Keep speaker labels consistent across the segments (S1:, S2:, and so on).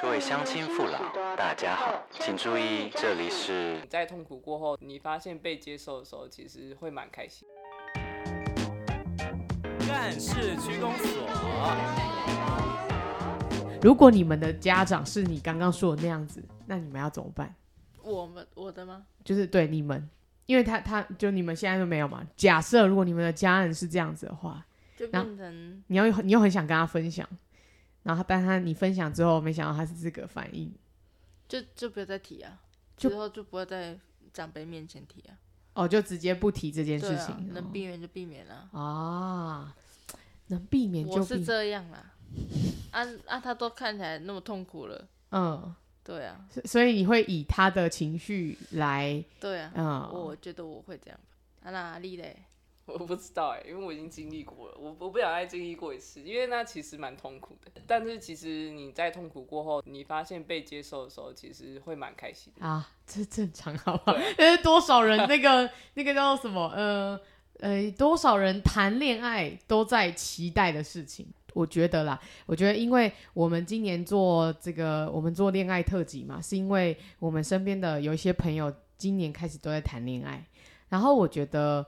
S1: 各位乡亲父老，大家好，请注意，这里是
S2: 你在痛苦过后，你发现被接受的时候，其实会蛮开心。
S3: 干事区公所，
S4: 如果你们的家长是你刚刚说的那样子，那你们要怎么办？
S5: 我们我的吗？
S4: 就是对你们，因为他他就你们现在都没有嘛。假设如果你们的家人是这样子的话，
S5: 就
S4: 那
S5: 变成
S4: 你要你又很想跟他分享，然后他但他你分享之后，没想到他是这个反应，
S5: 就就不要再提啊，
S4: 就
S5: 之后就不要在长辈面前提啊，
S4: 哦，就直接不提这件
S5: 对
S4: 事
S5: 啊
S4: 情，，
S5: 能避免就避免啊。
S4: 哦啊，能避免
S5: 我
S4: 就是避，
S5: 这样啦，啊啊，他都看起来那么痛苦了，
S4: 嗯，
S5: 对啊，
S4: 所所以你会以他的情绪来，
S5: 对啊，
S4: 嗯，
S5: 我觉得我会这样吧。啊哪里嘞？
S2: 我不知道哎、因为我已经经历过了，我我不想再经历过一次，因为那其实蛮痛苦的。但是其实你在痛苦过后，你发现被接受的时候，其实会蛮开心的。
S4: 啊，这正常好不好？但是多少人那个那个叫什么呃呃，多少人谈恋爱都在期待的事情。我觉得啦，我觉得因为我们今年做这个，我们做恋爱特辑嘛，是因为我们身边的有一些朋友今年开始都在谈恋爱，然后我觉得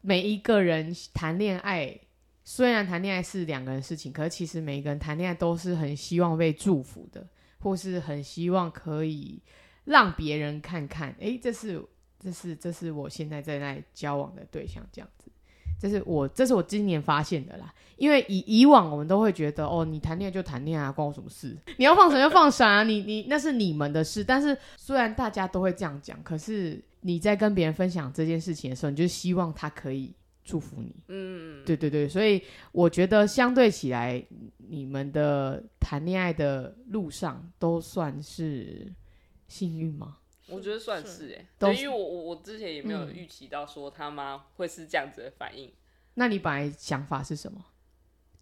S4: 每一个人谈恋爱，虽然谈恋爱是两个人的事情，可是其实每一个人谈恋爱都是很希望被祝福的，或是很希望可以让别人看看，诶，这是这是这是我现在正在交往的对象，这样子，这是我这是我今年发现的啦。因为以以往我们都会觉得，哦，你谈恋爱就谈恋爱啊，关我什么事？ 你要放闪就放闪啊，你你那是你们的事。但是虽然大家都会这样讲，可是你在跟别人分享这件事情的时候，你就希望他可以祝福你。
S2: 嗯，
S4: 对对对，所以我觉得相对起来，你们的谈恋爱的路上都算是幸运吗？
S2: 我觉得算是哎、
S4: 都
S2: 对，
S4: 是
S2: 因为我我我之前也没有
S4: 嗯
S2: 预期到说他妈会是这样子的反
S5: 嗯
S2: 应。
S4: 那你本来想法是什么？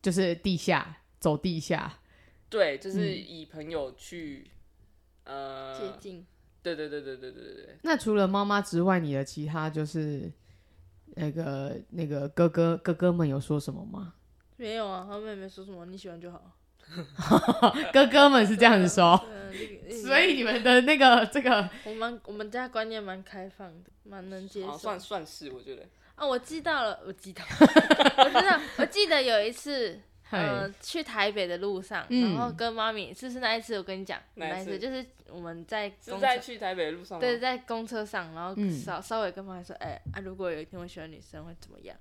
S4: 就是地下走地下，
S2: 对，就是
S4: 嗯
S2: 以朋友去，
S5: 接
S2: 呃，
S5: 近
S2: 对对对对对对对对，
S4: 那除了妈妈之外，你的其他就是那个那个哥哥哥哥们有说什么吗？
S5: 没有啊？他们也没说什么，你喜欢就好。
S4: 哥哥们是这样子说，
S5: 嗯，
S4: 所以你们的那个这个
S5: 我们我们家观念蛮开放的，蛮能接
S2: 好
S5: 受。
S2: 算算是我觉得，
S5: 啊，我记到了，我记到了，我知道，我记得有一次，
S4: 嘿
S5: 呃，去台北的路上，
S4: 嗯
S5: 然后跟妈咪，是不是那一次我跟你讲，
S2: 哪一
S5: 那一次
S2: 次
S5: 就是我们在
S2: 是
S5: 公车
S2: 在，去台北的路上吗？
S5: 对，在公车上，然后
S4: 嗯
S5: 稍稍微跟妈咪说，哎、啊，如果有一天我喜欢女生会怎么样？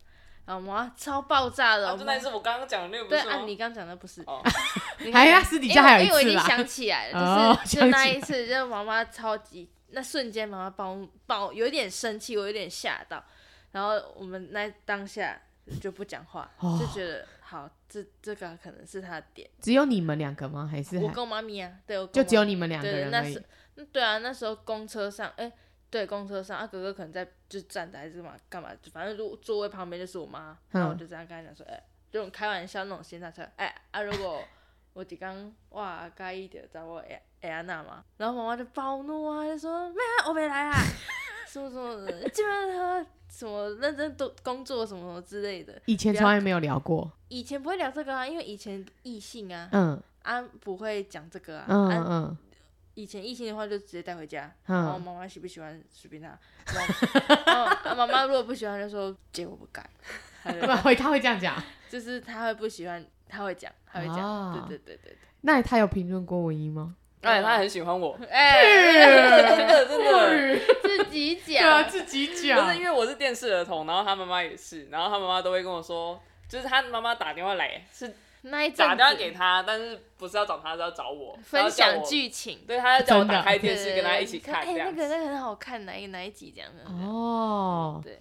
S5: 然后我妈超爆炸的，
S2: 啊，
S5: 我
S2: 就
S5: 妈
S2: 那一次我刚刚讲的那个不
S5: 对
S2: 是吗
S5: 啊，？你刚讲的不是，
S2: 哦，
S5: 你刚
S4: 还
S5: 讲
S4: 他私底下还有一
S5: 因为我因
S4: 次
S5: 为我已
S4: 啦
S5: 经，想起来了，
S4: 哦想
S5: 就是
S4: 起
S5: 就
S4: 来
S5: 那一次，就是妈妈超级那瞬间，妈妈爆爆有点生气，我有点吓到，然后我们那当下就不讲话，
S4: 哦
S5: 就觉得好，这这个可能是他的点。
S4: 只有你们两个吗？还是
S5: 我
S4: 还
S5: 跟我妈咪啊，对，我
S4: 就
S5: 跟
S4: 只有
S5: 我
S4: 你们两
S5: 妈
S4: 个
S5: 咪对，
S4: 人
S5: 那
S4: 而已
S5: 时？嗯对啊，那时候公车上，哎、对，公车上，啊哥哥可能在就站着还是干嘛干嘛，就反正如座位旁边就是我妈，然后我
S4: 嗯
S5: 就这样跟他讲说，哎、这种开玩笑那种心态出来，哎、啊如果我就讲哇介意的，找我哎哎安娜嘛，然后妈妈就暴怒啊，就说咩我没来啊，什么什么的，基本上他什么认真都工作什么什么之类的，
S4: 以前
S5: 不
S4: 从
S5: 要
S4: 来没有聊过，
S5: 以前不会聊这个啊，因为以前异性啊，
S4: 嗯
S5: 啊不会讲这个啊，
S4: 嗯
S5: 啊
S4: 嗯。
S5: 以前异性的话就直接带回家，
S4: 嗯
S5: 然哦后妈妈喜不喜欢随便她，然后然后啊妈妈如果不喜欢就说姐我不改，她就
S4: 不会，他会这样讲。
S5: 就是她会不喜欢，她会讲，她会讲，
S4: 啊
S5: 对对对对
S4: 那他有评论郭文一吗？
S2: 哎，他很喜欢 我，
S5: 对，哎、
S2: 真的真 的。
S5: 自己
S4: 对啊，
S5: 讲，
S4: 自己
S2: 不
S4: 讲
S2: 是因。为我是电视儿童，然后他妈妈也是，然后他妈妈都会跟我说，就是他妈妈打电话来是
S5: 那一阵
S2: 打电话给
S5: 子
S2: 他，但是不是要找他，是要找我
S5: 分享，
S2: 然后叫我
S5: 剧情，
S2: 对，他要叫我
S4: 真的
S2: 打开
S5: 对
S2: 电视跟他一起看
S5: 哎、
S2: 这
S5: 那
S2: 样
S5: 个那
S2: 子。
S5: 个很好看，哪一哪一集这样的？
S4: 哦，
S5: 对，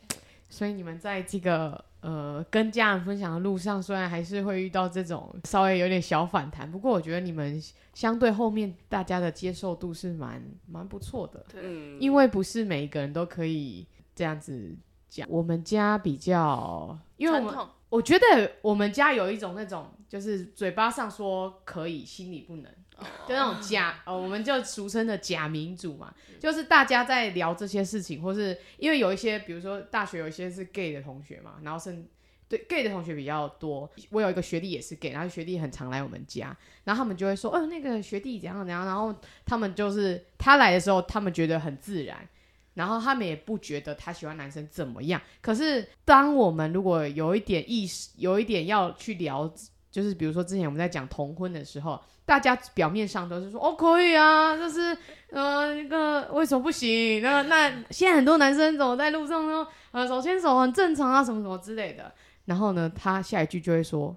S4: 所以你们在这个呃跟家人分享的路上，虽然还是会遇到这种稍微有点小反弹，不过我觉得你们相对后面大家的接受度是蛮蛮不错的，
S2: 嗯，
S4: 因为不是每一个人都可以这样子讲。我们家比较，因为我
S5: 传
S4: 们
S5: 统
S4: 我觉得我们家有一种那种，就是嘴巴上说可以，心里不能，就那种假呃，我们就俗称的假民主嘛，就是大家在聊这些事情，或是因为有一些，比如说大学有一些是 gay 的同学嘛，然后甚对 gay 的同学比较多。我有一个学弟也是 gay，然后学弟很常来我们家，然后他们就会说，哦，那个学弟怎样怎样，然后他们就是他来的时候，他们觉得很自然。然后他们也不觉得他喜欢男生怎么样，可是当我们如果有一点意识，有一点要去聊，就是比如说之前我们在讲同婚的时候，大家表面上都是说哦可以啊，就是呃，那个为什么不行？那那现在很多男生走在路上呢，呃，手牵手很正常啊，什么什么之类的。然后呢，他下一句就会说：“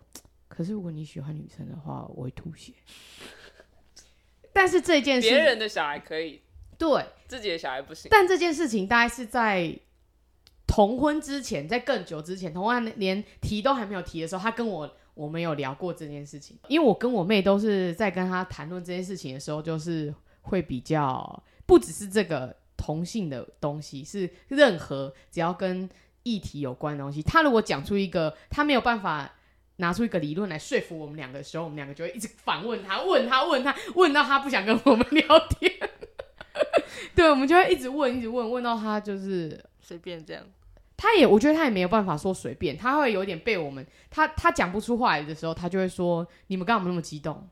S4: 可是如果你喜欢女生的话，我会吐血。”但是这件
S2: 别
S4: 事
S2: 人的小孩可以，
S4: 对，
S2: 自己的小孩不行。
S4: 但这件事情大概是在同婚之前，在更久之前，同婚还连提都还没有提的时候，他跟我我们有聊过这件事情，因为我跟我妹都是在跟他谈论这件事情的时候，就是会比较不只是这个同性的东西，是任何只要跟议题有关的东西，他如果讲出一个他没有办法。拿出一个理论来说服我们两个的时候，我们两个就会一直反问他，问他，问他，问到他不想跟我们聊天。 对，我们就会一直问，一直问，问到他就是，
S5: 随便这样。
S4: 他也，我觉得他也没有办法说随便，他会有点被我们，他他讲不出话来的时候，他就会说：“你们干嘛那么激动？”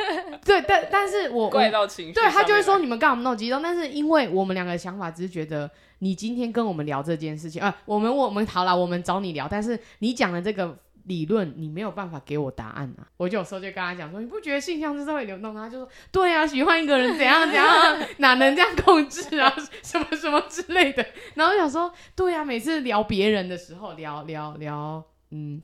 S4: 对，但但是我我
S2: 怪到情绪上
S4: 对
S2: 面来，
S4: 他就会说你们干嘛那么激动？但是因为我们两个的想法只是觉得你今天跟我们聊这件事情，啊，我们我们好啦，我们找你聊，但是你讲的这个理论你没有办法给我答案啊。我就有时候就跟他讲说，你不觉得性向是社会流动吗？他就说对啊，喜欢一个人怎样怎样啊，哪能这样控制啊， 什么什么之类的。然后我想说，对啊，每次聊别人的时候，聊聊聊，嗯，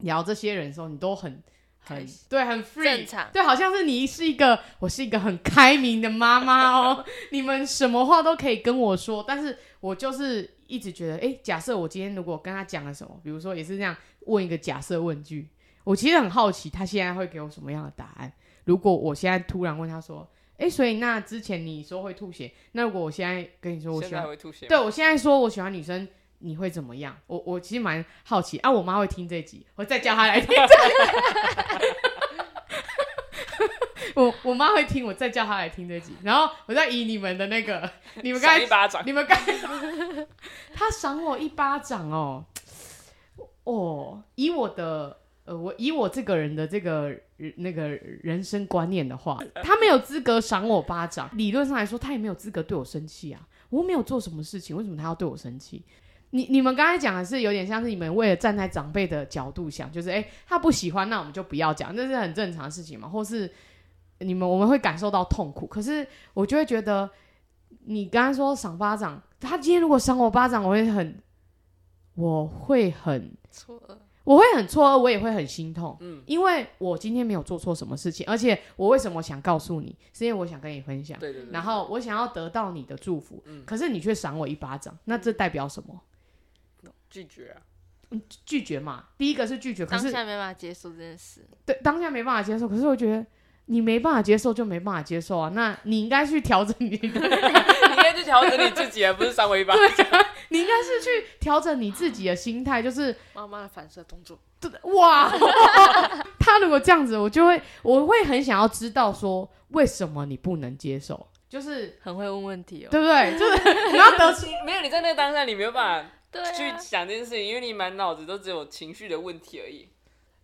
S4: 聊这些人的时候，你都很。很
S5: 开心
S4: 对，很 free，
S5: 正常
S4: 对，好像是你是一个，我是一个很开明的妈妈哦， 你们什么话都可以跟我说，但是我就是一直觉得，诶，假设我今天如果跟他讲了什么，比如说也是这样问一个假设问句，我其实很好奇他现在会给我什么样的答案。如果我现在突然问他说，诶，所以那之前你说会吐血，那如果我现在跟你说我
S2: 现
S4: 喜
S2: 在
S4: 欢
S2: 还，会吐血吗。
S4: 对我现在说我喜欢女生，你会怎么样？我我其实蛮好奇啊，我妈会听这集，我再叫她来听这 我我妈会听，我再叫她来听这集，然后我再以你们的那个，你们刚
S2: 赏
S4: 才
S2: 一巴掌，
S4: 你们刚才， 他赏我一巴掌哦，哦，以我的呃，我以我这个人的这个呃那个人生观念的话，他没有资格赏我巴掌。理论上来说，他也没有资格对我生气啊，我又没有做什么事情，为什么他要对我生气？你你们刚才讲的是有点像是你们为了站在长辈的角度想，就是诶，他不喜欢，那我们就不要讲，这是很正常的事情嘛，或是你们我们会感受到痛苦，可是我就会觉得你刚刚说赏巴掌，他今天如果赏我巴掌，我会很，我会很，
S5: 错了，
S4: 我会很错愕，我也会很心痛，
S2: 嗯，
S4: 因为我今天没有做错什么事情，而且我为什么想告诉你，是因为我想跟你分享，
S2: 对对对。
S4: 然后我想要得到你的祝福，
S2: 嗯
S4: 可是你却赏我一巴掌，那这代表什么？
S2: 拒绝啊，
S4: 拒绝嘛，第一个是拒绝，可
S5: 当
S4: 是
S5: 下没办法接受这件事，
S4: 对当下没办法接受，可是我觉得你没办法接受就没办法接受啊，那你应该去调整你的
S2: 你应该去调整你自己，而啊不是三维一巴掌。
S4: 你应该是去调整你自己的心态，就是
S5: 妈妈的反射动作，
S4: 哇， 他如果这样子，我就会我会很想要知道说为什么你不能接受，就是
S5: 很会问问题哦。
S4: 对 不对？就是你要得出
S2: 没有你在那个当下，你没有办
S5: 对啊
S2: 法去想这件事情，因为你满脑子都只有情绪的问题而已。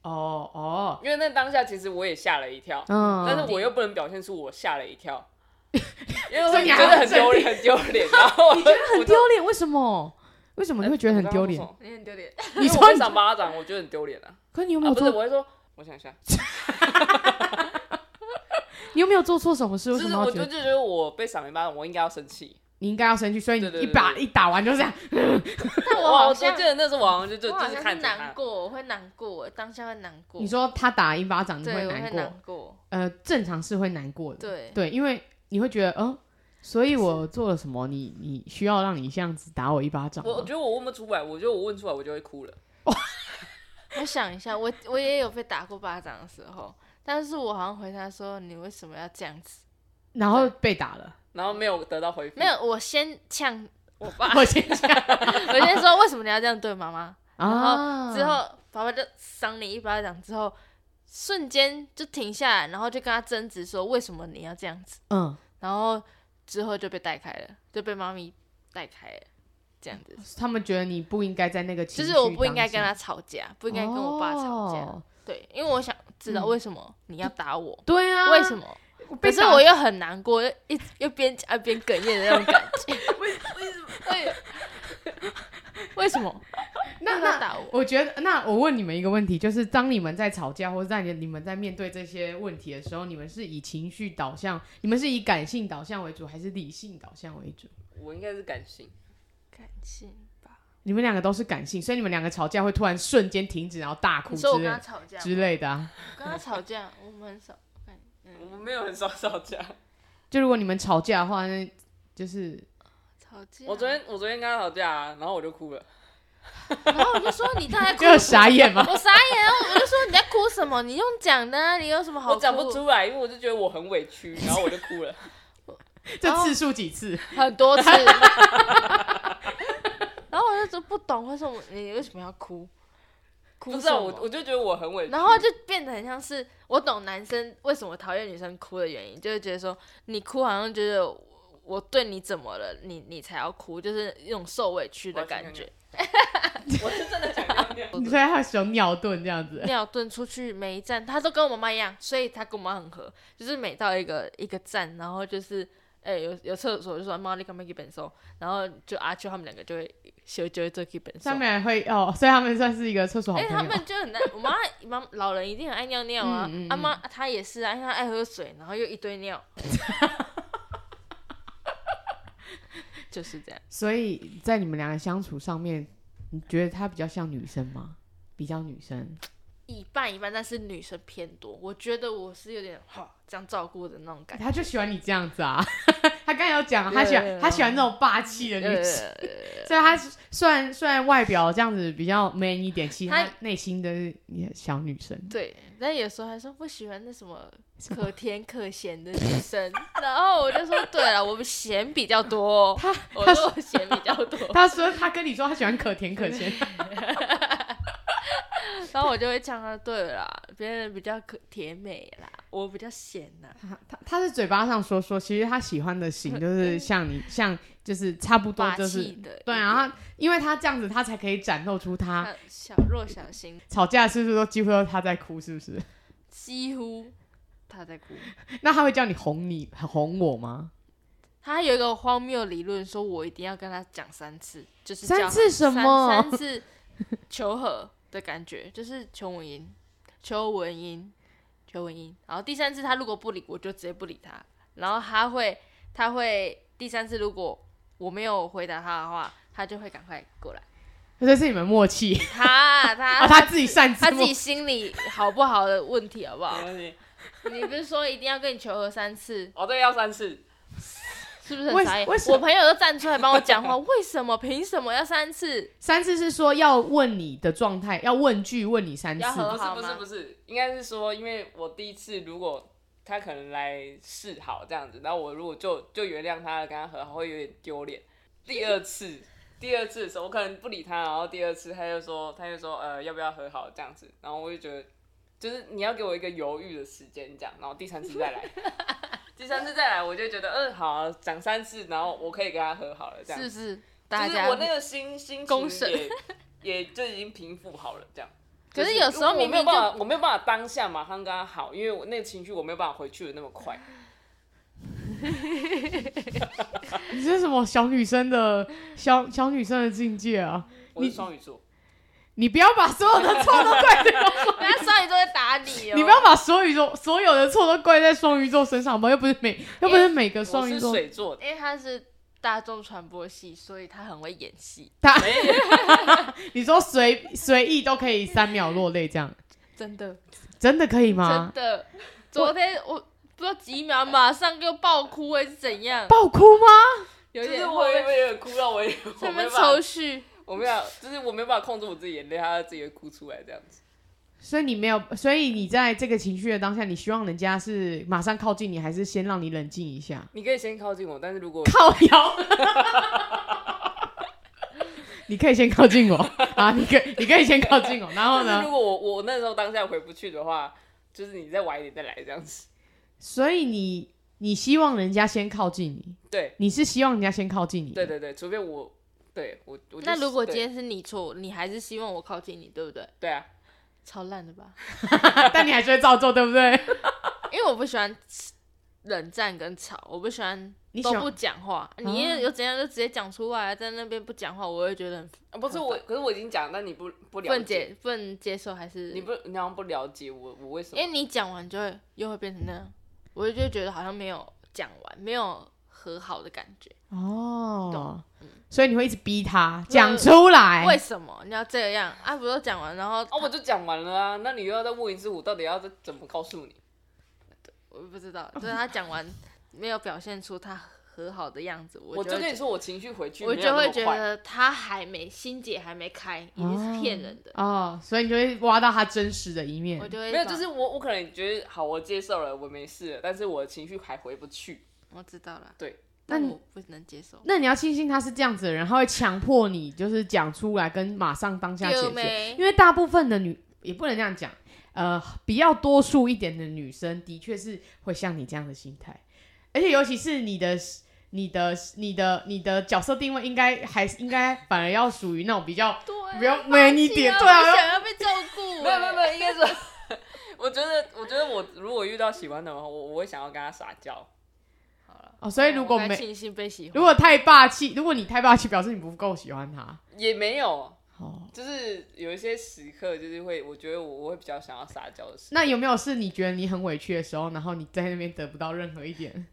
S4: 哦哦，
S2: 因为那当下其实我也吓了一跳，
S4: 嗯，
S2: 但是我又不能表现出我吓了一 跳，因为
S4: 所
S2: 我
S4: 以你
S2: 觉
S4: 还
S2: 得很
S4: 很
S2: 丢脸，很丢脸。然后
S4: 你觉得很丢脸，为什么？为什么你会觉得很丢脸？
S5: 你很 丢脸，
S2: 你
S4: 你
S2: 说
S4: 说
S2: 哎我
S4: 你，
S2: 赏巴掌，我觉得很丢脸啊！
S4: 可你有没
S2: 啊，
S4: 有
S2: 不是，
S4: 做？
S2: 我会说，我想一下，
S4: 你有没有做错什么事？
S2: 就
S4: 为什
S2: 是
S4: 么要
S2: 我
S4: 觉
S2: 就
S4: 得
S2: 就觉得我被赏一巴掌，我应该要生气。
S4: 你应该要生气？所以
S2: 对
S4: 你
S2: 对
S4: 一
S2: 对
S4: 把
S2: 对
S4: 一打完就这样，
S5: 但
S2: 我
S5: 我好
S2: 记
S5: 像
S2: 得那时候我好像就就
S5: 我
S2: 就
S5: 好
S2: 是
S5: 像
S2: 看
S5: 是
S2: 着
S5: 难
S2: 他，
S5: 过，我会难过，我当下会难过。
S4: 你说他打一巴掌你
S5: 对，我
S4: 难过
S5: 难，过，
S4: 呃，正常是会难过的，
S5: 对，
S4: 对，因为你会觉得，嗯，所以我做了什么？你你需要让你这样子打我一巴掌吗？
S2: 我我觉得我问不出来，我觉得我问出来我就会哭了。
S5: 我想一下，我我也有被打过巴掌的时候，但是我好像回他说你为什么要这样子？
S4: 然后被打了，
S2: 然后没有得到回复，
S5: 没有，我先呛我爸，
S4: 我先讲
S5: 我先说为什么你要这样对妈妈？
S4: 啊，
S5: 之后爸爸就赏你一巴掌，之后瞬间就停下来，然后就跟他争执说为什么你要这样子，
S4: 嗯，
S5: 然后之后就被带开了，就被妈咪带开了。这样子，
S4: 他们觉得你不应该在那个情
S5: 就
S4: 绪
S5: 是我不应
S4: 当
S5: 该
S4: 下
S5: 跟他吵架，不应该跟我爸吵架。
S4: 哦
S5: 对，因为我想知道
S4: 嗯
S5: 为什么你要打我，
S4: 对啊，
S5: 为什？么？可是我又很难过，又一直又边讲边哽咽的那种感觉。为为什么？为什么？
S4: 那
S5: 他
S4: 那
S5: 打我？
S4: 我觉得，那我问你们一个问题，就是当你们在吵架，或者在你你们在面对这些问题的时候，你们是以情绪导向，你们是以感性导向为主，还是理性导向为主？
S2: 我应该是感性，
S5: 感性吧？
S4: 你们两个都是感性，所以你们两个吵架会突然瞬间停止，然后大哭
S5: 你
S4: 之
S5: 说我跟
S4: 类
S5: 他吵架吗，
S4: 之类的、啊。
S5: 我跟他吵架，我们很少。感
S2: 我
S5: 嗯，
S2: 们没有很少吵架。
S4: 就如果你们吵架的话，那就是
S5: 吵架。
S2: 我昨天我昨天跟他吵架、啊，然后我就哭了。
S5: 然后我就说你到底 在哭
S4: 就
S5: 什么？
S4: 傻眼嘛。
S5: 我傻眼，然后我就说你在哭什么？你用讲的啊，你有什么好
S2: 我
S5: 哭？
S2: 讲不出来，因为我就觉得我很委屈，然后我就哭 了。
S4: 这次数几次？
S5: 很多 次。然后我就说不懂，为什么你为什么要哭？哭
S2: 不知
S5: 什
S2: 道
S5: 么
S2: 我我就觉得我很委屈。
S5: 然后就变得很像是我懂男生为什么讨厌女生哭的原因，就是觉得说你哭好像觉得我我对你怎么了，你你才要哭，就是一种受委屈的感觉。
S2: 我是真的想尿尿。
S4: 你在他熊尿遁这样 子，
S5: 尿遁出去每一站，他都跟我妈妈一样，所以他跟我妈很合，就是每到一个一个站，然后就是。哎、有有厕所就说妈，你干嘛去本送？然后就阿秋他们两个就会修就会做去本
S4: 上
S5: 送。
S4: 面还会哦，所以他们算是一个厕所好
S5: 哎、
S4: 朋友。
S5: 他们就很爱，我妈妈老人一定很爱尿尿啊，
S4: 嗯嗯
S5: 阿妈她也是啊，因为她爱喝水，然后又一 堆尿，就是这样。
S4: 所以在你们两个相处上面，你觉得她比较像女生吗？比较女生，
S5: 一半一半，但是女生偏多。我觉得我是有点哈这样照顾的那种感觉。
S4: 她哎就喜欢你这样子啊。 她刚才有讲，
S5: 对
S4: 她喜
S5: 对
S4: 欢
S5: 对
S4: 她喜欢那种霸气的女生，
S5: 呃，
S4: 所以她虽然虽然外表这样子比较 man 一点，其实她
S5: 她
S4: 内心的是你的小女 生。
S5: 对，但有时候还说不喜欢那什么可甜可咸的女生，然后我就说对了，我们咸比较多、
S4: 她
S5: 我
S4: 她
S5: 说我咸比较多，
S4: 她说她跟你说她喜欢可甜可咸，
S5: 然后我就会呛他，对啦，别人比较可甜美啦，我比较咸 啦。
S4: 她她她是嘴巴上说说，其实她喜欢的型就是像你像就是差不多
S5: 嗯霸
S4: 就是
S5: 气的一点，
S4: 对啊，她因为她这样子，她才可以展露出她
S5: 他小弱小心，
S4: 吵架是不是都几乎都她在哭，是不 是？
S5: 几乎他在哭。
S4: 那他会叫你哄你哄我吗？
S5: 他有一个荒谬理论，说我一定要跟他讲三次，就是
S4: 三
S5: 叫
S4: 次什
S5: 三
S4: 么
S5: 三次求和的感觉，就是求文英，求文英，求文英。然后第三次他如果不理，我就直接不理他。然后他会，他会第三次如果我没有回答他的话，他就会赶快过来。
S4: 这是你们默契
S5: 他
S4: 啊，
S5: 他
S4: 他自己擅自
S5: 他自
S4: 默
S5: 己心里好不好的问题，好不好
S2: 没？关系
S5: 你不是说一定要跟你求和三次，
S2: 哦，对，要三次。
S5: 是不是很
S4: 为
S5: 傻眼？
S4: 为什
S5: 我朋友都站出来帮我讲话，为什么？凭什么要三次？
S4: 三次是说要问你的状态，要问句问你三次
S5: 要和
S2: 不是
S5: 好
S2: 不是
S5: 吗
S2: 不是，应该是说，因为我第一次如果他可能来示好这样子，然后我如果就就原谅他了，跟他和好会有点丢脸。第二次， 第二次的时候，我可能不理他，然后第二次他就说，他就说，呃，要不要和好这样子，然后我就觉得，就是你要给我一个犹豫的时间这样，然后第三次再 来，第三次再来，我就觉得，嗯，好啊、讲三次，然后我可以跟他和好了这样
S5: 是
S2: 子
S5: 不。是？大
S2: 就
S5: 家
S2: 是我那个心心
S5: 公
S2: 情
S5: 审
S2: 也也 就已经平复好了，这样。
S5: 可
S2: 就是
S5: 有时候
S2: 我
S5: 明
S2: 没有
S5: 明
S2: 办法，
S5: 就
S2: 我没有办法当下马上跟他好，因为我那个情绪我没有办法回去的那么快。
S4: 你这是什么小女生的小小女生的境界啊！
S2: 我是双鱼座，
S4: 你不要把所有的错都怪在，
S5: 人家双鱼座会打你哦，
S4: 你不要把所有鱼座所有的错都怪在双鱼座身上吧？又不是每又不是每个
S2: 我
S4: 双鱼
S2: 是
S4: 座，
S2: 水座的，
S5: 因为他是大众传播系，所以他很会演戏，
S4: 他
S2: 没
S4: 你说随随意都可以三秒落泪这样，
S5: 真的
S4: 真的可以
S2: 啊
S5: 真
S4: 吗？
S5: 的。昨天我不知道几秒，马上就爆哭哎，是怎样？
S4: 爆哭吗？
S5: 有
S2: 就是
S5: 点
S2: 我
S5: 会
S2: 有
S5: 不会
S2: 点哭到我 也我
S5: 这
S2: 没
S5: 边
S2: 有办
S5: 抽
S2: 法，
S5: 蓄，
S2: 我没有办法，就是我没有办法控制我自己眼泪，他自己会哭出来这样子。
S4: 所以你没有，所以你在这个情绪的当下，你希望人家是马上靠近你，还是先让你冷静一下？
S2: 你可以先靠近我，但是如果
S4: 靠腰。 你可以先靠 近我啊！你可你可以先靠近我，然后
S2: 但是
S4: 呢
S2: 如？果我我那时候当下回不去的话，就是你再晚一点再来这样子。
S4: 所以你你希望人家先靠近你，
S2: 对
S4: 你是希望人家先靠近你，
S2: 对，对对，除非我对我，我就
S5: 那如果
S2: 对
S5: 今天是你错，你还是希望我靠近你，对不对？
S2: 对啊，
S5: 超烂的吧？
S4: 但你还是会照做，对不对？
S5: 因为我不喜欢冷战跟吵，我不喜欢
S4: 你
S5: 都
S4: 喜欢啊
S5: 不讲话。你有怎样就直接讲出来，在那边不讲话，我会觉得很
S2: 啊不是我，可是我已经讲，但你不不
S5: 不
S2: 了
S5: 能
S2: 解，
S5: 接不能接受，还是
S2: 你不你好像不了解我，我为什
S5: 因为
S2: 么？
S5: 你讲完就会又会变成那样，我就觉得好像没有讲完，没有和好的感觉。
S4: 哦，所以你会一直逼他讲出来。
S5: 为什么你要这样啊？不都讲完，然后
S2: 哦，我就讲完了啊，那你又要再问一次，我到底要再怎么告诉你？
S5: 我不知道，就是他讲完没有表现出他和好的样子，我
S2: 我
S5: 就
S2: 就
S5: 会
S2: 跟你
S5: 觉
S2: 说，我情绪回去
S5: 我
S2: 没有
S5: 就
S2: 那
S5: 会
S2: 么
S5: 觉
S2: 快
S5: 得他还没心结还没开，一定是骗人的。
S4: 哦，所以你就会挖到他真实的一面
S5: 我。就会
S2: 没有，
S5: 把
S2: 就是我我可能觉得好，我接受了，我没事了，但是我的情绪还回不去。
S5: 我知道了，
S2: 对，
S4: 那
S5: 但
S4: 你
S5: 我不能接受。
S4: 那你要庆幸他是这样子的人，他会强迫你就是讲出来，跟马上当下
S5: 丢
S4: 解决。
S5: 没
S4: 因为大部分的女也不能这样讲，呃，比较多数一点的女生的确是会像你这样的心态，而且尤其是你的。你的、你的、你的角色定位应该还是应该反而要属于那种比较
S5: 对，
S4: 不要没你点对
S5: 我
S4: 啊，
S5: 想要被照顾。
S2: 没有没有没有，应该说， 我觉得我觉得我如果遇到喜欢的话，我我会想要跟他撒娇。
S5: 好了，
S4: 哦，所以如果
S5: 我该
S4: 没
S5: 庆幸被喜欢，
S4: 如果太霸气，如果你太霸气，表示你不够喜欢他。
S2: 也没有，
S4: 哦，
S2: 就是有一些时刻，就是会，我觉得我我会比较想要撒娇的事。
S4: 那有没有是你觉得你很委屈的时候，然后你在那边得不到任何一点？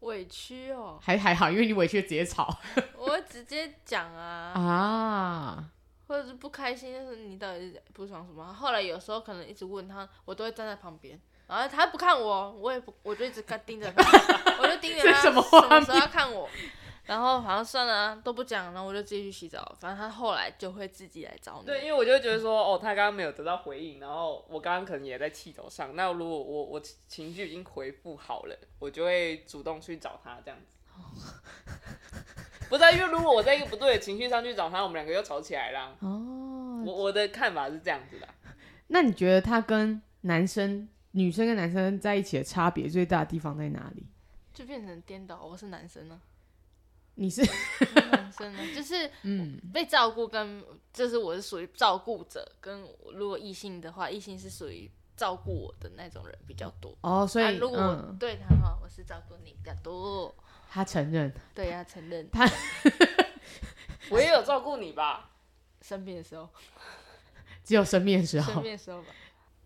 S5: 委屈哦，
S4: 还还好，因为你委屈直接 吵
S5: 我会直接 讲啊，
S4: 啊。
S5: 或者是不开心，就是你到底是不爽什么？后来有时候可能一直问他，我都会站在旁边，然后他不看我，我也不，我就一直看盯着 他，我就盯着
S4: 这
S5: 他
S4: 什么
S5: 什
S4: 画
S5: 么时候
S4: 面
S5: 要看我。然后好像算了啊、都不讲，然后我就自己去洗澡。反正他后来就会自己来找你。
S2: 对，因为我就会觉得说，哦，他刚刚没有得到回应，然后我刚刚可能也在气头上。那如果我我情绪已经回复好了，我就会主动去找他这样子。不是、啊，因为如果我在一个不对的情绪上去找他，我们两个又吵起来啦。
S4: 哦，
S5: 嗯
S2: 我我的看法是这样子的，
S4: 那你觉得他跟男生、女生跟男生在一起的差别最大的地方在哪里？
S5: 就变成颠倒，我是男生呢、
S4: 你 是
S5: 我是男生呢、啊就是
S4: 嗯
S5: 被照顾跟就是我是属于照顾者，跟如果异性的话，异性是属于照顾我的那种人比较多。
S4: 哦，所以、
S5: 啊、如果我
S4: 嗯，
S5: 对他好，我是照顾你比较多。
S4: 他承认
S5: 对呀、承认
S4: 他
S2: 我也有照顾你吧？
S5: 生病的时候，
S4: 只有生病的时
S5: 生
S4: 候
S5: 病的时候吧，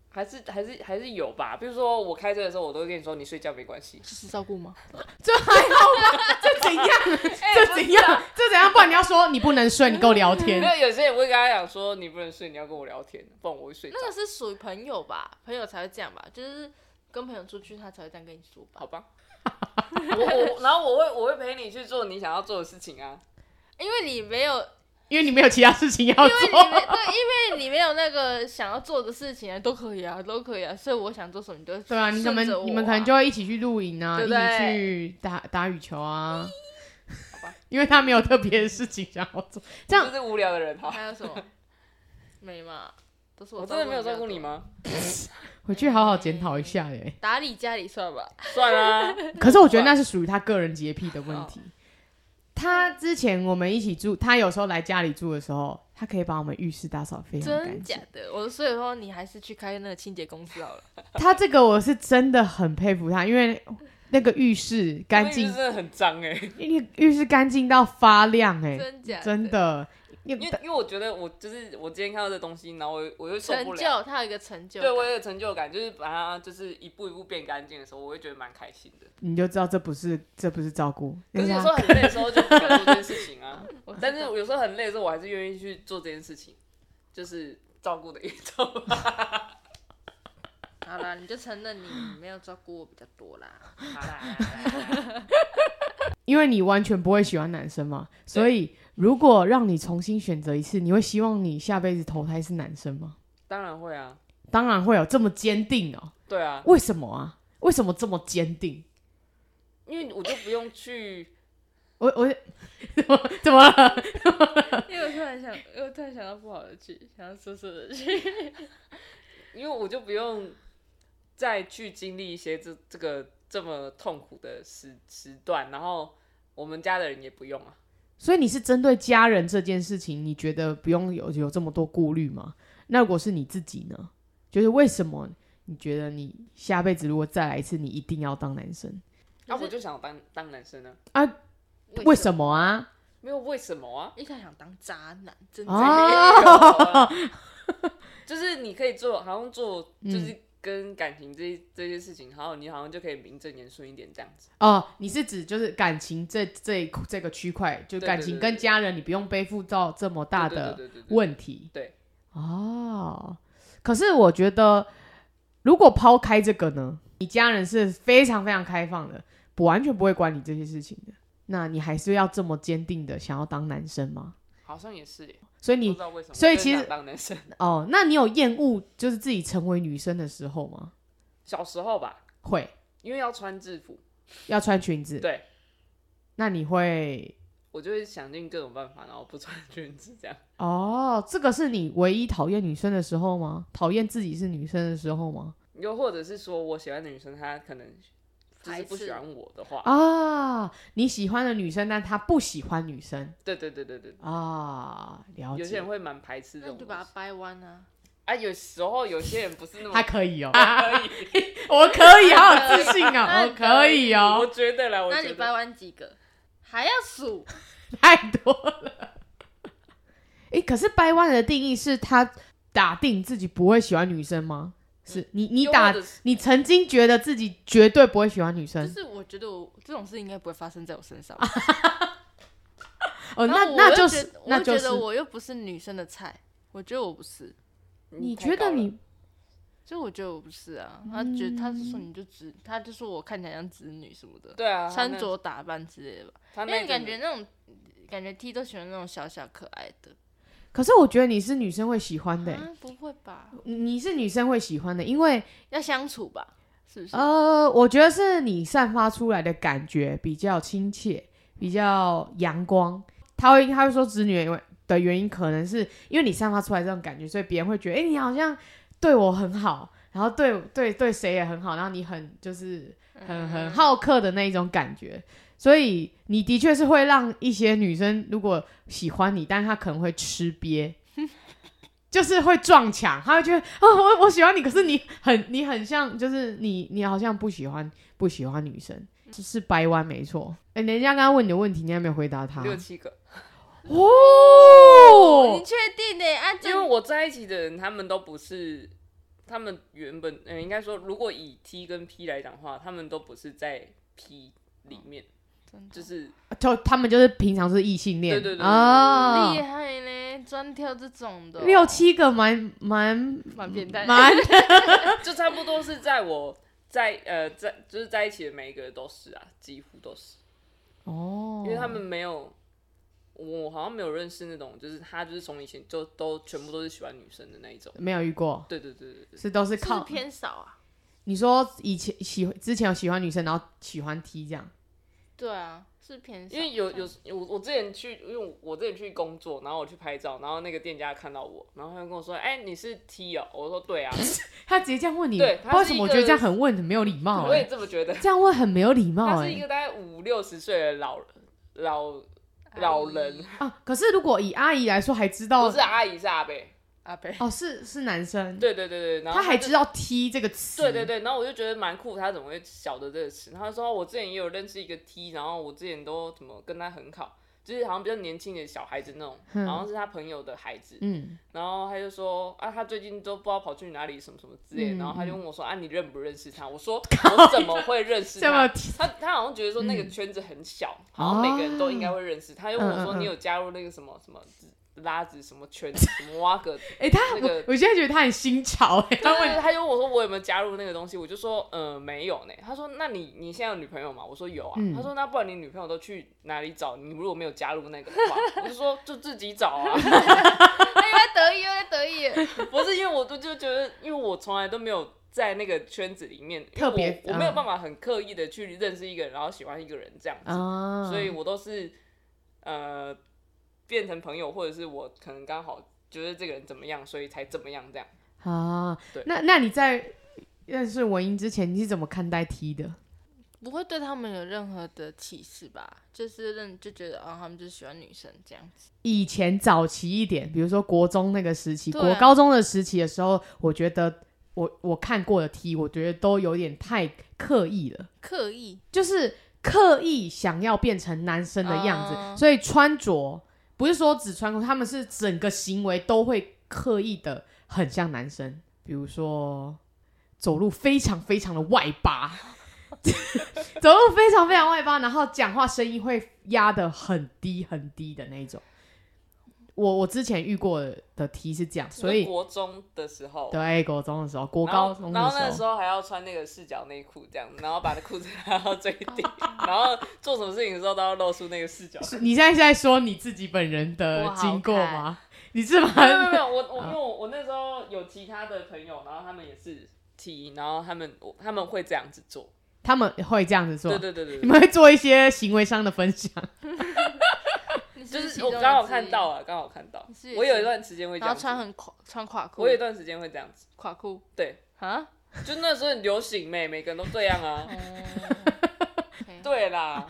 S2: 还是还是还是有吧？比如说我开车的时候，我都会跟你说，你睡觉没关系。
S5: 就是照顾吗？
S4: 这 怎样？
S5: 哎
S4: 这怎样？这怎样？不然你要说你不能睡，你跟我聊天
S2: 没。有，有些人会跟他讲说，你不能睡，你要跟我聊天，不然我会睡着
S5: 那。个是属于朋友吧，朋友才会这样吧，就是跟朋友出去，他才会这样跟你说吧
S2: 好。吧。 我我然后我会我会陪你去做你想要做的事情啊。
S5: 因为你没有，
S4: 因为你没有其他事情要
S5: 因为你没
S4: 做。
S5: 对，因为你没有那个想要做的事情啊，都可以啊，都可以啊。所以我想做什么，你都
S4: 对啊，你可
S5: 顺着
S4: 能
S5: 我
S4: 你们可能就会一起去露营啊，
S5: 对
S4: 一
S5: 不对
S4: 起去打打羽球啊
S2: 吧。
S4: 因为他没有特别的事情想要 做，这样
S2: 就是无聊的人哈。
S5: 还有什么没嘛？都是
S2: 我
S5: 我
S2: 真的没有照
S5: 照
S2: 顾你？吗？
S4: 回去好好检讨一下 耶。
S5: 打理家里算吧，
S2: 算啦、
S4: 可是我觉得那是属于他个人洁癖的问题。他之前我们一起住，他有时候来家里住的时候，他可以把我们浴室打扫得非常
S5: 真
S4: 干净
S5: 假。的？我所以说你还是去开那个清洁公司好了。
S4: 他这个我是真的很佩服他，因为那个浴室干净
S2: 那个浴室，真的很脏 哎、
S4: 那个浴室干净到发亮哎、
S5: 真假的
S4: 真的。因
S2: 因
S4: 为
S2: 为因为我觉得我就是我今天看到这东西，然后我我就受不
S5: 成
S2: 了。
S5: 就，他有一个成就
S2: 对
S5: 感。
S2: 我有成就感，就是把它就是一步一步变干净的时候，我会觉得蛮开心的。
S4: 你就知道这不是这不是照顾，
S2: 可是
S4: 那
S2: 有
S4: 他
S2: 时候很累的时候就不想做这件事情啊。
S5: 我知道
S2: 但是有时候很累的时候，我还是愿意去做这件事情，就是照顾的一种。
S5: 好啦，你就承认你没有照顾我比较多啦。
S2: 好啦好啦好啦
S4: 因为你完全不会喜欢男生嘛，所以如果让你重新选择一次，你会希望你下辈子投胎是男生吗？
S2: 当然会啊，
S4: 当然会有这么坚定哦、
S2: 对啊，
S4: 为什么啊？为什么这么坚定？
S2: 因为我就不用去。
S4: 我我 怎么怎么了？
S5: 因为我突然想，因为我突然想到不好的剧，想要说说的剧。
S2: 因为我就不用再去经历一些这这个这么痛苦的时时段，然后我们家的人也不用啊，
S4: 所以你是针对家人这件事情，你觉得不用有有这么多顾虑吗？那如果是你自己呢？就是为什么你觉得你下辈子如果再来一次，你一定要当男生？
S2: 那、
S5: 可是
S2: 啊我就想当当男生呢、啊
S4: 为什么啊？
S2: 没有为什么 啊？
S5: 一开始想当渣男，真的。
S4: 哦，
S2: 就是你可以做，好像做
S4: 嗯
S2: 就是跟感情这这些事情，然后你好像就可以名正言顺一点这样子。
S4: 哦，你是指就是感情这这一这个区块，就
S2: 对
S4: 感
S2: 对
S4: 情
S2: 对
S4: 跟
S2: 对
S4: 家人，你不用背负到这么大的
S2: 对对对对对对
S4: 问题。
S2: 对
S4: 哦，可是我觉得，如果抛开这个呢，你家人是非常非常开放的，不完全不会管你这些事情的。那你还是要这么坚定的想要当男生吗？
S2: 好像也是耶，
S4: 所以
S2: 不
S4: 你
S2: 知道为什么。
S4: 所
S2: 就
S4: 以
S2: 是
S4: 其实
S2: 想当男生，
S4: 哦，那你有厌恶就是自己成为女生的时候吗？
S2: 小时候吧，
S4: 会
S2: 因为要穿制服，
S4: 要穿裙子，
S2: 对
S4: 那你会
S2: 我就会想尽各种办法，然后不穿 裙子这样。
S4: 哦，这个是你唯一讨厌女生的时候吗？讨厌自己是女生的时候吗？
S2: 又或者是说我喜欢的女生，她可能就是不喜欢我的话，
S4: 啊，你喜欢的女生，但她不喜欢女生
S2: 对对对对对，
S4: 啊，了解。
S2: 有些人会蛮排斥这
S5: 那
S2: 种
S5: 你就
S2: 东
S5: 把它
S2: 西。
S5: 掰弯啊！
S2: 啊，有时候有些人不是那么
S4: 他可以哦，
S2: 可 以，
S4: 我可以，好有自信啊、
S5: 那
S4: 我可以
S2: 我
S4: 哦，
S2: 觉得啦，我
S5: 那
S2: 觉
S5: 你掰
S2: 得
S5: 弯几个？还要数？
S4: 太多了。哎、可是掰弯的定义是他打定自己不会喜欢女生吗？
S5: 嗯
S4: 是你你
S2: 又
S4: 打
S2: 或者是
S4: 你曾经觉得自己绝对不会喜欢女
S5: 就
S4: 生
S5: 是我觉得我这种事应该不会发生在我身上。
S4: 哦，
S5: 然后
S4: 那
S5: 我
S4: 那
S5: 又
S4: 就
S5: 觉
S4: 是
S5: 得我
S4: 那
S5: 又
S4: 就
S5: 觉
S4: 是
S5: 得我又不是女生的菜，我觉得我不是，
S4: 你
S2: 太
S4: 觉
S2: 高
S4: 得
S2: 了
S4: 你
S5: 就我觉得我不是啊。他觉
S4: 嗯
S5: 得他是说你就直，他就说我看起来像直女什么的，
S2: 对啊，
S5: 穿着打扮之类的吧。
S2: 他
S5: 因
S2: 那
S5: 为
S2: 他那
S5: 感
S2: 种
S5: 觉那种感觉 T 都喜欢那种小小可爱的。
S4: 可是我觉得你是女生会喜欢的、
S5: 啊，不会吧？
S4: 你你是女生会喜欢的，因为
S5: 要相处吧？是不是？
S4: 呃，我觉得是你散发出来的感觉比较亲切，比较阳光。他会他会说直女的原因，可能是因为你散发出来这种感觉，所以别人会觉得，哎、你好像对我很好，然后对对对谁也很好，然后你很就是
S5: 嗯
S4: 很很好客的那一种感觉。所以你的确是会让一些女生如果喜欢你，但她可能会吃瘪，就是会撞墙，她会觉得哦，我我喜欢你，可是你很你很像，就是你你好像不喜欢不喜欢女生，是掰弯没错。哎、人家刚刚问你的问题，你还没有回答他
S2: 六七个，
S5: 哦，
S4: 哦
S5: 你。确定呢、啊，这
S2: 因
S5: 样
S2: 为我在一起的人，他们都不是，他们原本，嗯、应该说，如果以 T 跟 P 来讲的话，他们都不是在 P
S5: 哦
S2: 里面，
S5: 真的
S2: 就是
S4: 就他们就是平常是异性恋，
S2: 对对对对
S4: 啊
S5: 厉，害呢，专挑这种的哦、
S4: 六七个蛮蛮
S5: 蛮变 态，
S4: 蛮
S2: 就差不多是在我在呃在就是在一起的每一个都是啊，几乎都是，
S4: 哦，
S2: 因为他们没有。我好像没有认识那种，就是他就是从以前就都全部都是喜欢女生的那一种。
S4: 没有遇过，
S2: 对对对对对，
S4: 是都是
S5: 是不
S4: 靠
S5: 是偏少啊？
S4: 你说以前喜之前有喜欢女生，然后喜欢 T 这样，
S5: 对啊，是偏少，
S2: 因为有有我我之前去，因为我我之前去工作，然后我去拍照，然后那个店家看到我，然后他就跟我说：“哎、你是 T 哦、我说：“对啊，
S4: 他直接这样问你，
S2: 对
S4: 不知
S2: 他
S4: 道为
S2: 是
S4: 什
S2: 一
S4: 么我
S2: 个
S4: 觉得这样很问很没有礼貌、
S2: 我也
S4: 欸，
S2: 这么觉得。
S4: 这样问很没有礼”貌
S2: 他
S4: 哎、
S2: 是一个大概五六十岁的老老老人，
S4: 啊！可是如果以阿姨来说，还知道
S2: 不是阿姨是阿贝。
S5: 阿 北，
S4: 哦，是是男生，
S2: 对对对对，然后
S4: 他还
S2: 就
S4: 知道 T 这个词，
S2: 对对对，然后我就觉得蛮酷，他怎么会晓得这个词？然后他说我之前也有认识一个 T，然后我之前都怎么跟他很好，就是好像比较年轻的小孩子那种，
S4: 嗯
S2: 好像是他朋友的孩子，
S4: 嗯，
S2: 然后他就说啊，他最近都不知道跑去哪里什么什么之类的，
S4: 嗯
S2: 然后他就问我说啊，你认不认识他？我说我怎么会认 识
S4: 这么嗯
S2: 他？他他好像觉得说那个圈子很小，好像每个人都应该会认识。他又问我说
S4: 哦嗯嗯嗯
S2: 你有加入那个什么什么拉子什么圈子什么挖个？
S4: 哎、他
S2: 那个
S4: 我我现在觉得他很新潮哎、
S2: 他问他就问我说我有没有加入那个东西？我就说呃没有呢。他说那你你现在有女朋友吗？我说有啊。
S4: 嗯
S2: 他说那不然你女朋友都去哪里找？你如果没有加入那个的话，我就说就自己找啊。
S5: 哎呦，得意又在得意，
S2: 不是因为我就就觉得，因为我从来都没有在那个圈子里面，因为
S4: 特别嗯
S2: 我我没有办法很刻意的去认识一个人，然后喜欢一个人这样子，
S4: 啊，
S2: 所以我都是呃变成朋友，或者是我可能刚好觉得这个人怎么样，所以才怎么样这样。
S4: 啊
S2: 对，
S4: 那那你在认识文英之前，你是怎么看待 T 的？
S5: 不会对他们有任何的歧视吧？就是认就觉得哦，他们就喜欢女生这样子。
S4: 以前早期一点，比如说国中那个时期，
S5: 对啊
S4: 国高中的时期的时候，我觉得我我看过的 T，我觉得都有点太刻意了，
S5: 刻意
S4: 就是刻意想要变成男生的样子，
S5: 哦
S4: 所以穿着不是说只穿裤，他们是整个行为都会刻意的很像男生，比如说走路非常非常的外八。 走路非常非常外八，然后讲话声音会压得很低很低的那一种。我我之前遇过的题是这样，所
S2: 你说
S4: 以
S2: 国中的时候，
S4: 对国中的时候，国
S2: 然后
S4: 高中
S2: 然后那
S4: 的
S2: 时
S4: 时候，
S2: 候还要穿那个四角内裤这样，然后把裤子 拉到最低，然后做什么事情的时候都要露出那个四角。
S4: 是你现在是在说你自己本人
S5: 不
S4: 的
S5: 好看
S4: 经过吗？你是吗？
S2: 没有没有没有，我我因为我我那时候有其他的朋友，然后他们也是 T，然后他们我他们会这样子做，
S4: 他们会这样子做
S2: 对，对对对
S4: 你
S2: 对，
S4: 们会做一些行为上的分 享。
S2: 就是我刚好看到，啊，刚好看到
S5: 你是，
S2: 我有一段时间会这
S5: 然
S2: 样
S5: 后
S2: 子，
S5: 穿很垮穿垮裤，
S2: 我有一段时间会这样子，
S5: 垮裤
S2: 对，
S5: 啊。
S2: 就那时候很流行妹，每个人都这样啊，对啦，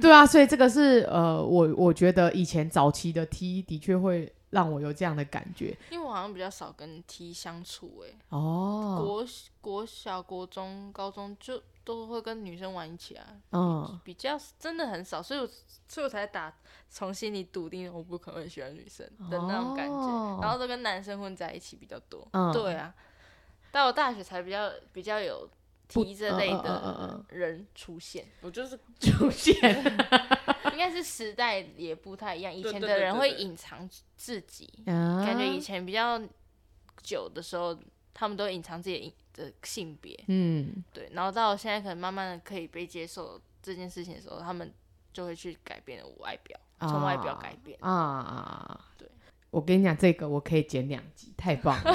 S4: 对啊，所以这个是呃，我我觉得以前早期的 T 的确会让我有这样的感觉
S5: 因为我好像比较少跟 T 相处、欸，
S4: 哦，
S5: 国国小、国中、高中就都会跟女生玩一起啊，
S4: 嗯，
S5: 比较真的很少，所以我所以我才打从心里笃定我不可能会喜欢女生的那种感觉，
S4: 哦
S5: 然后都跟男生混在一起比较多。
S4: 嗯
S5: 对啊，到我大学才比较比较有
S4: 不
S5: 提这类
S4: 嗯嗯嗯嗯
S5: 的人出现，
S2: 我就是
S4: 出现。
S5: 应该是时代也不太一样，以
S2: 对
S5: 前
S2: 对
S5: 的
S2: 对
S5: 人
S2: 对
S5: 会
S2: 对
S5: 隐藏自己，
S4: 啊
S5: 感觉以前比较久的时候，他们都隐藏自己的的性别，
S4: 嗯，
S5: 对，然后到现在可能慢慢的可以被接受这件事情的时候，他们就会去改变我外表，从外表改变。
S4: 啊。
S5: 对，
S4: 我跟你讲，这个我可以剪两集，太棒了，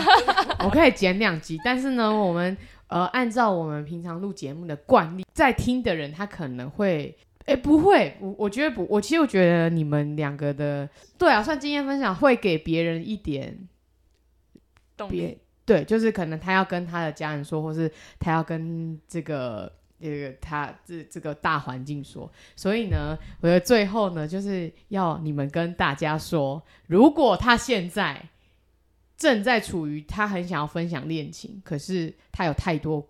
S4: 我可以剪两集。但是呢，我们呃，按照我们平常录节目的惯例，在听的人他可能会。哎、不会，我我觉得不，我其实我觉得你们两个的，对啊，算经验分享会给别人一点
S5: 动力
S4: 别，对，就是可能他要跟他的家人说，或是他要跟这个这个他这这个大环境说。所以呢，我觉得最后呢，就是要你们跟大家说，如果他现在正在处于他很想要分享恋情，可是他有太多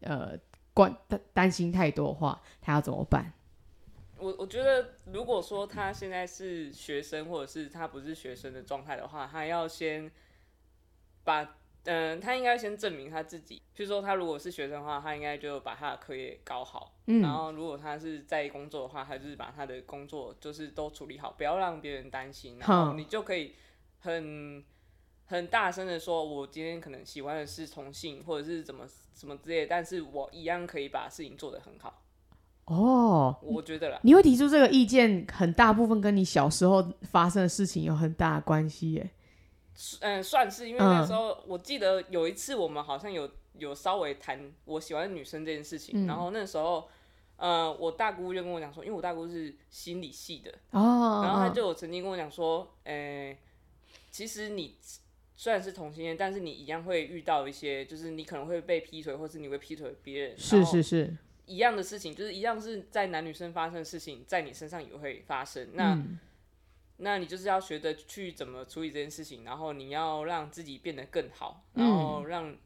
S4: 呃关担担心太多的话，他要怎么办？
S2: 我我觉得，如果说他现在是学生，或者是他不是学生的状态的话，他要先把，嗯、他应该先证明他自己。譬如说，他如果是学生的话，他应该就把他的课业搞好。然
S4: 嗯
S2: 后，如果他是在工作的话，他就是把他的工作就是都处理好，不要让别人担心。然后
S4: 哼
S2: 你就可以很很大声的说，我今天可能喜欢的是同性，或者是怎么怎么之类的，但是我一样可以把事情做得很好。
S4: 哦。
S2: 我觉得啦。
S4: 你会提出这个意见，很大部分跟你小时候发生的事情有很大的关系耶。
S2: 嗯，算是，因为那时候、我记得有一次我们好像有有稍微谈我喜欢女生这件事情，
S4: 嗯
S2: 然后那时候，呃，我大姑就跟我讲说，因为我大姑是心理系的，
S4: 哦，
S2: 然后她
S4: 嗯
S2: 就有曾经跟我讲说，诶、其实你虽然是同性恋，但是你一样会遇到一些，就是你可能会被劈腿，或是你会劈腿别人，
S4: 是是是，
S2: 一样的事情，就是一样是在男女生发生的事情，在你身上也会发生。那、
S4: 嗯
S2: 那你就是要学着去怎么处理这件事情，然后你要让自己变得更好，然后让、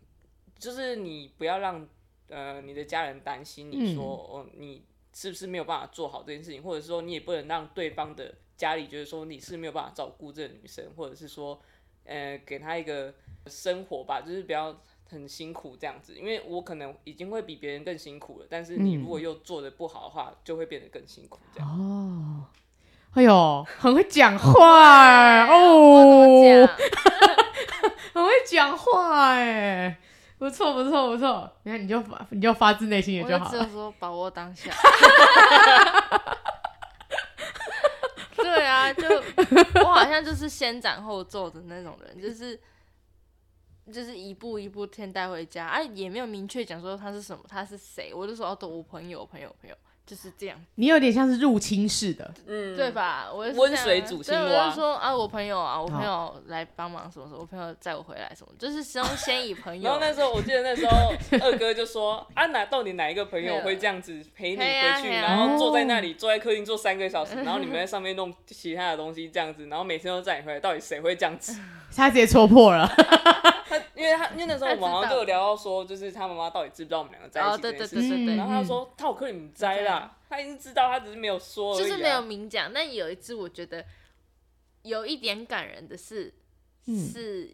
S2: 就是你不要让呃你的家人担心你说、哦你是不是没有办法做好这件事情，或者说你也不能让对方的家里觉得说你是没有办法照顾这个女生，或者是说呃给她一个生活吧，就是不要。很辛苦这样子，因为我可能已经会比别人更辛苦了，但是你
S4: 嗯
S2: 如果又做的不好的话，就会变得更辛苦这样。
S4: 哦，哎呦，很会讲话哎哦，很会讲话哎，不错不错不错，你看你就发你就发自内心
S5: 我
S4: 的就
S5: 就
S4: 好
S5: 只有
S4: 了，
S5: 说把握当 下。 对啊，就我好像就是先斩后奏的那种人，就是就是一步一步啊先带回家，哎、也没有明确讲说他是什么，他是谁，我就说哦，都我朋友，我朋友，我朋友，就是这样，
S4: 你有点像是入侵式的，
S2: 嗯，
S5: 对？吧？我就
S2: 温水煮青
S5: 所以我
S2: 蛙
S5: 就说啊，我朋友啊，我朋友来帮忙什么什么，我朋友载我回来什么，就是 先先以朋
S2: 然
S5: 友
S2: 后那时候我记得那时候二哥就说啊哪到底哪一个朋友
S5: 对
S2: 会这样子陪你
S5: 对啊
S2: 回去，
S5: 对啊
S2: 然后坐在那里坐在客厅坐三个小时，然后你们在上面弄其他的东西这样子，然后每次都载你回来，到底谁会这样子？
S4: 他直接戳破了。
S2: 他因为他因为那时候我们好
S5: 他
S2: 像
S5: 知道
S2: 就有聊到说，就是他妈妈到底知不知道我们两个在一
S5: 哦，
S2: 起这
S5: 对
S2: 件
S5: 对
S2: 事
S5: 对
S2: 情，
S5: 对对，
S2: 然
S4: 嗯
S5: 啊
S2: 后他说他有客人摘啦，他已经知道，他只是没有说而已啊，
S5: 就是没有明讲。但有一次我觉得有一点感人的是，
S4: 嗯
S5: 是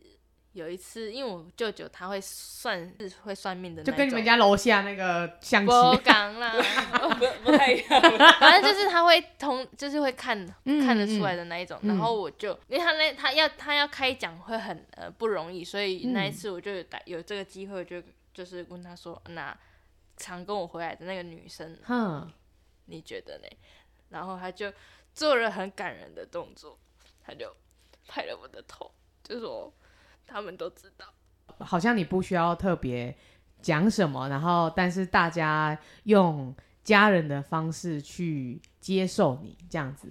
S5: 有一次，因为我舅舅他会算是会算命的那
S4: 就
S5: 种，
S4: 跟你们家楼下那个象棋，
S5: 不讲啦，
S2: 不不太一样。
S5: 反正就是他会通，就是会看
S4: 嗯
S5: 看得出来的那一种。
S4: 嗯
S5: 然后我就，因为他那他要他要开讲会很呃不容易，所以
S4: 嗯
S5: 那一次我就有打有这个机会，我就就是问他说，那常跟我回来的那个女生，
S4: 哼，
S5: 你觉得呢？然后他就做了很感人的动作，他就拍了我的头，就说他们都知道。
S4: 好像你不需要特别讲什么，然后但是大家用家人的方式去接受你这样子。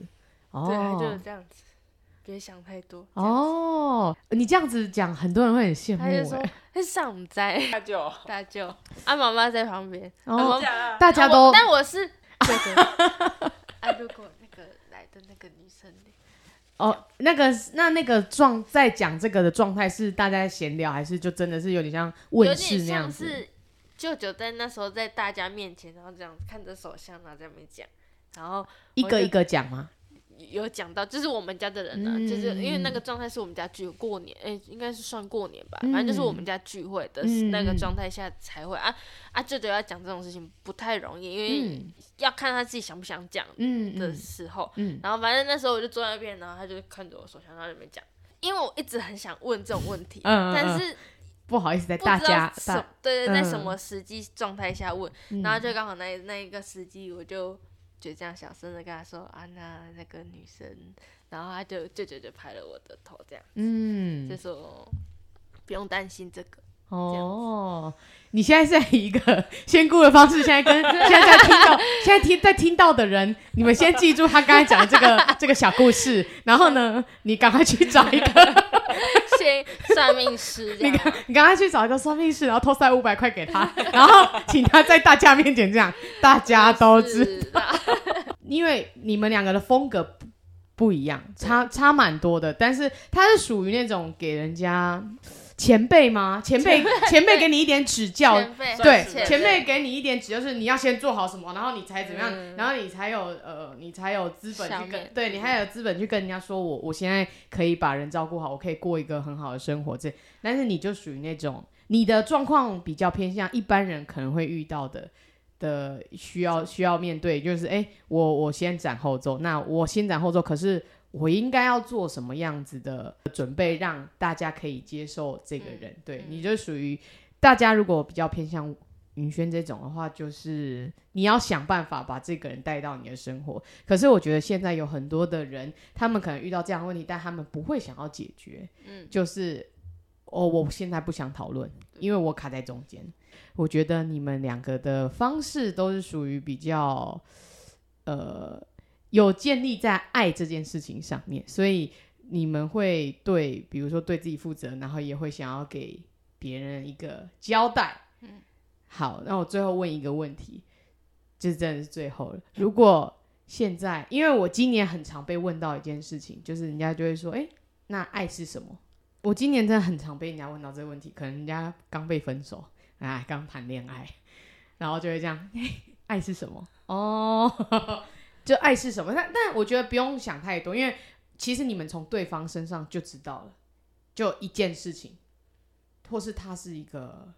S5: 对，他就是
S4: 哦
S5: 这样子，别想太多。这样子，
S4: 哦，你这样子讲，很多人会很羡慕
S5: 他就说
S4: 欸。
S5: 他上灾。
S2: 他就
S5: 大舅，啊，妈妈在旁边，
S4: 哦
S5: 我们
S4: 大
S5: 大
S4: 家都
S5: 但我是，对对 对啊，如果那个来的那个女生呢，
S4: 哦，那个那那个状在讲这个的状态是大家闲聊，还是就真的是有点像
S5: 有
S4: 问世
S5: 点
S4: 那样
S5: 像
S4: 子？
S5: 是舅舅在那时候在大家面前，然后这样看着手相，然啊后这样讲，然后
S4: 一
S5: 我
S4: 个
S5: 就
S4: 一个讲吗？
S5: 有讲到，就是我们家的人呢、啊，
S4: 嗯
S5: 就是因为那个状态是我们家聚过年，哎、应该是算过年吧，反正就是我们家聚会的
S4: 嗯
S5: 那个状态下才会、啊啊，舅舅要讲这种事情不太容易，因为
S4: 嗯
S5: 要看他自己想不想讲
S4: 嗯
S5: 的
S4: 嗯
S5: 时候，
S4: 嗯，
S5: 然后反正那时候我就坐在那边，然后他就看着我手枪，然后里面讲，因为我一直很想问这种问题，
S4: 嗯嗯嗯
S5: 但是
S4: 不好意思，在
S5: 不知道
S4: 大家
S5: 什
S4: 大，
S5: 对
S4: 嗯
S5: 对，在什么时机状态下问，
S4: 嗯
S5: 然后就刚好那那一个时机，我就就这样小声的跟他说啊，那那个女生，然后他就舅舅就拍了我的头，这样
S4: 嗯
S5: 就说不用担心这个，
S4: 哦，你现在是在以一个 仙姑的方式，现在跟 现在在听到，现在听在听到的人，你们先记住他刚才讲的这个这个小故事，然后呢，你赶快去找一个，
S5: 先算命师
S4: 你
S5: 这样
S4: 赶你赶快去找一个算命师，然后偷塞五百块给他， 然后请他在大家面前这样，大家都知
S5: 是啊吧
S4: 因为你们两个的风格不不一样，差差蛮多的，但是他是属于那种给人家前辈吗？前辈前辈给你一点指教。
S5: 前辈
S4: 对，
S5: 前辈
S4: 前辈给你一点指，就是你要先做好什么，然后你才怎么样，
S5: 嗯
S4: 然后你才有呃，你才有资本
S5: 下
S4: 去跟
S5: 面，
S4: 对你还有资本去跟人家说我我现在可以把人照顾好，我可以过一个很好的生活这，但是你就属于那种你的状况比较偏向一般人可能会遇到的，的需要需要面对，就是哎、诶我我先斩后奏，那我先斩后奏，可是我应该要做什么样子的准备，让大家可以接受这个人？对，
S5: 嗯
S4: 你就属于大家如果比较偏向云轩这种的话，就是你要想办法把这个人带到你的生活。可是我觉得现在有很多的人，他们可能遇到这样的问题，但他们不会想要解决，
S5: 嗯，
S4: 就是哦，我现在不想讨论，因为我卡在中间。我觉得你们两个的方式都是属于比较，呃，有建立在爱这件事情上面，所以你们会对，比如说对自己负责，然后也会想要给别人一个交代。
S5: 嗯
S4: 好，那我最后问一个问题，这真的是最后了。如果现在，因为我今年很常被问到一件事情，就是人家就会说，哎、那爱是什么？我今年真的很常被人家问到这个问题，可能人家刚被分手，哎，刚谈恋爱，然后就会这样， 哎、爱是什么？哦， 就爱是什么？但但我觉得不用想太多，因为其实你们从对方身上就知道了，就一件事情，或是他是一个，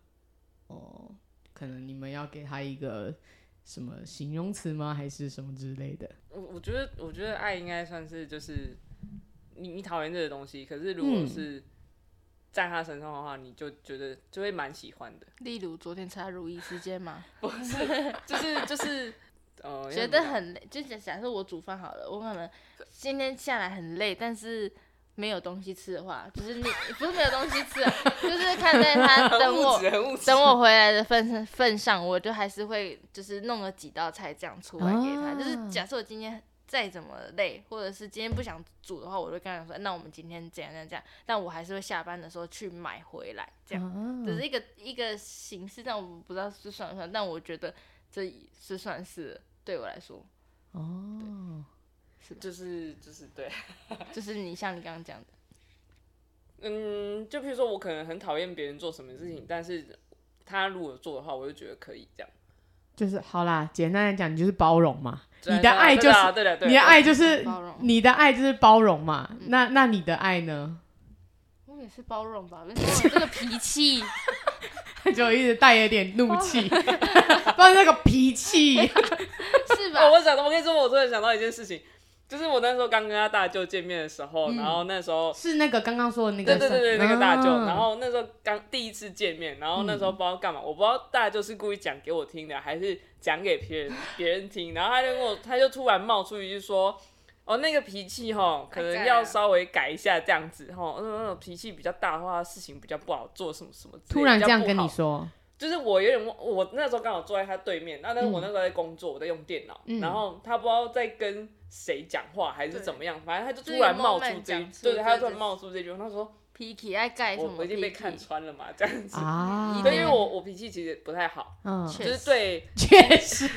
S4: 哦，可能你们要给他一个什么形容词吗？还是什么之类的？
S2: 我我觉得，我觉得爱应该算是就是你你讨厌这个东西，可是如果
S4: 嗯
S2: 是在他身上的话，你就觉得就会蛮喜欢的，
S5: 例如昨天才如意之间嘛，
S2: 就是就是呃，
S5: 觉得很累，就假假设我煮饭好了，我可能今天下来很累，但是没有东西吃的话，就是你不是没有东西吃啊，就是看在 他等
S2: 很物
S5: 我
S2: 质，很物质。
S5: 等我回来的份份上，我就还是会就是弄了几道菜这样出来给他。
S4: 啊
S5: 就是假设我今天再怎么累，或者是今天不想煮的话，我就跟他讲说，那我们今天怎样怎样怎样。但我还是会下班的时候去买回来，这样、
S4: 啊
S5: 只是一个一个形式，但我不知道是算不算，但我觉得这是算是对我来说，
S4: 哦，
S2: 就是就是对，
S5: 就是你像你刚刚讲的，
S2: 嗯，就譬如说我可能很讨厌别人做什么事情，但是他如果做的话，我就觉得可以这样。
S4: 就是好啦，简单来讲，你就是包容嘛，
S2: 对啊
S4: 你的爱就是
S2: 对啦对啦对啦啊
S4: 你的爱就是
S5: 包容
S4: 你的爱就是包容嘛。
S2: 嗯
S4: 那那你的爱呢？
S5: 我也是包容吧，为什么我这个脾 气？
S4: 就一直带有点怒气，
S2: 哦
S4: 抱着那个 脾气。
S5: 是吧
S2: 哦，？我想到，我跟你说，我突然想到一件事情，就是我那时候刚跟他大舅见面的时候，
S4: 嗯
S2: 然后那时候
S4: 是那个刚刚说的那
S2: 对
S4: 个，
S2: 对对对，那个大舅，
S4: 啊
S2: 然后那时候刚第一次见面，然后那时候不知道干嘛，我不知道大舅是故意讲给我听的，还是讲给别人别人听，然后他就跟我，他就突然冒出一句说。哦，那个脾气哈，可能要稍微改一下这样子哈。那种脾气比较大的话，事情比较不好做，什么什么之类的。
S4: 突然这样
S2: 比较
S4: 跟
S2: 不好
S4: 你说，
S2: 就是我有点忘，我那时候刚好坐在他对面，那但是我那时候在工作，我在用电脑，
S4: 嗯
S2: 然后他不知道在跟谁讲话还是
S5: 对
S2: 怎么样，反正他就
S5: 就
S2: 突然
S5: 有
S2: 冒出
S5: moment
S2: 这一
S5: 讲，出
S2: 对，
S5: 这
S2: 他就突
S5: 这
S2: 然冒出这句，他说
S5: 脾气爱盖什
S2: 我
S5: 么？
S2: 我已经被
S5: 脾气
S2: 看穿了嘛，这样子。
S4: 啊，
S2: 对，因为我我脾气其实不太好，
S4: 嗯，
S5: 确
S2: 就是
S5: 实
S2: 对
S4: 确 实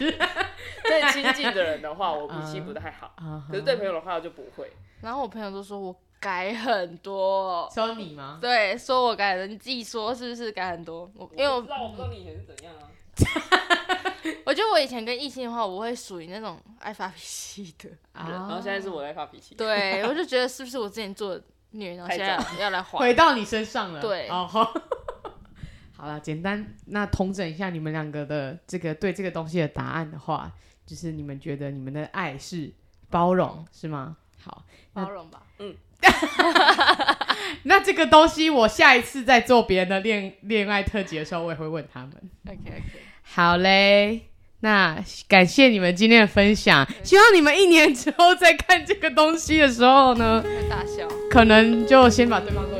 S2: 对亲近的人的话，我脾气不太好，
S4: 啊
S2: 可是对朋友的话我就不会。
S5: 然后我朋友都说我改很多，
S4: 说你吗？
S5: 对，说我改了，你自己说是不是改很多？我因为
S2: 我
S5: 我
S2: 不知道我不知道你以前是怎样啊，
S5: 我觉得我以前跟异性的话，我会属于那种爱发脾气的，
S4: 啊，
S2: 然后现在是我在发脾气，
S5: 对我就觉得是不是我之前做的虐，然后现在
S2: 太
S5: 要要 来还
S4: 回到你身上了。
S5: 对
S4: 哦， 好，好了，简单那统整一下你们两个的这个对这个东西的答案的话，就是你们觉得你们的爱是包容是吗？好，
S5: 包容吧？
S4: 那这个东西我下一次再做别人的恋恋爱特辑的时候，我也会问他们。
S5: OK OK，
S4: 好嘞，那感谢你们今天的分享，希望你们一年之后再看这个东西的时候呢，
S5: 会大笑。
S4: 可能就先把对方做。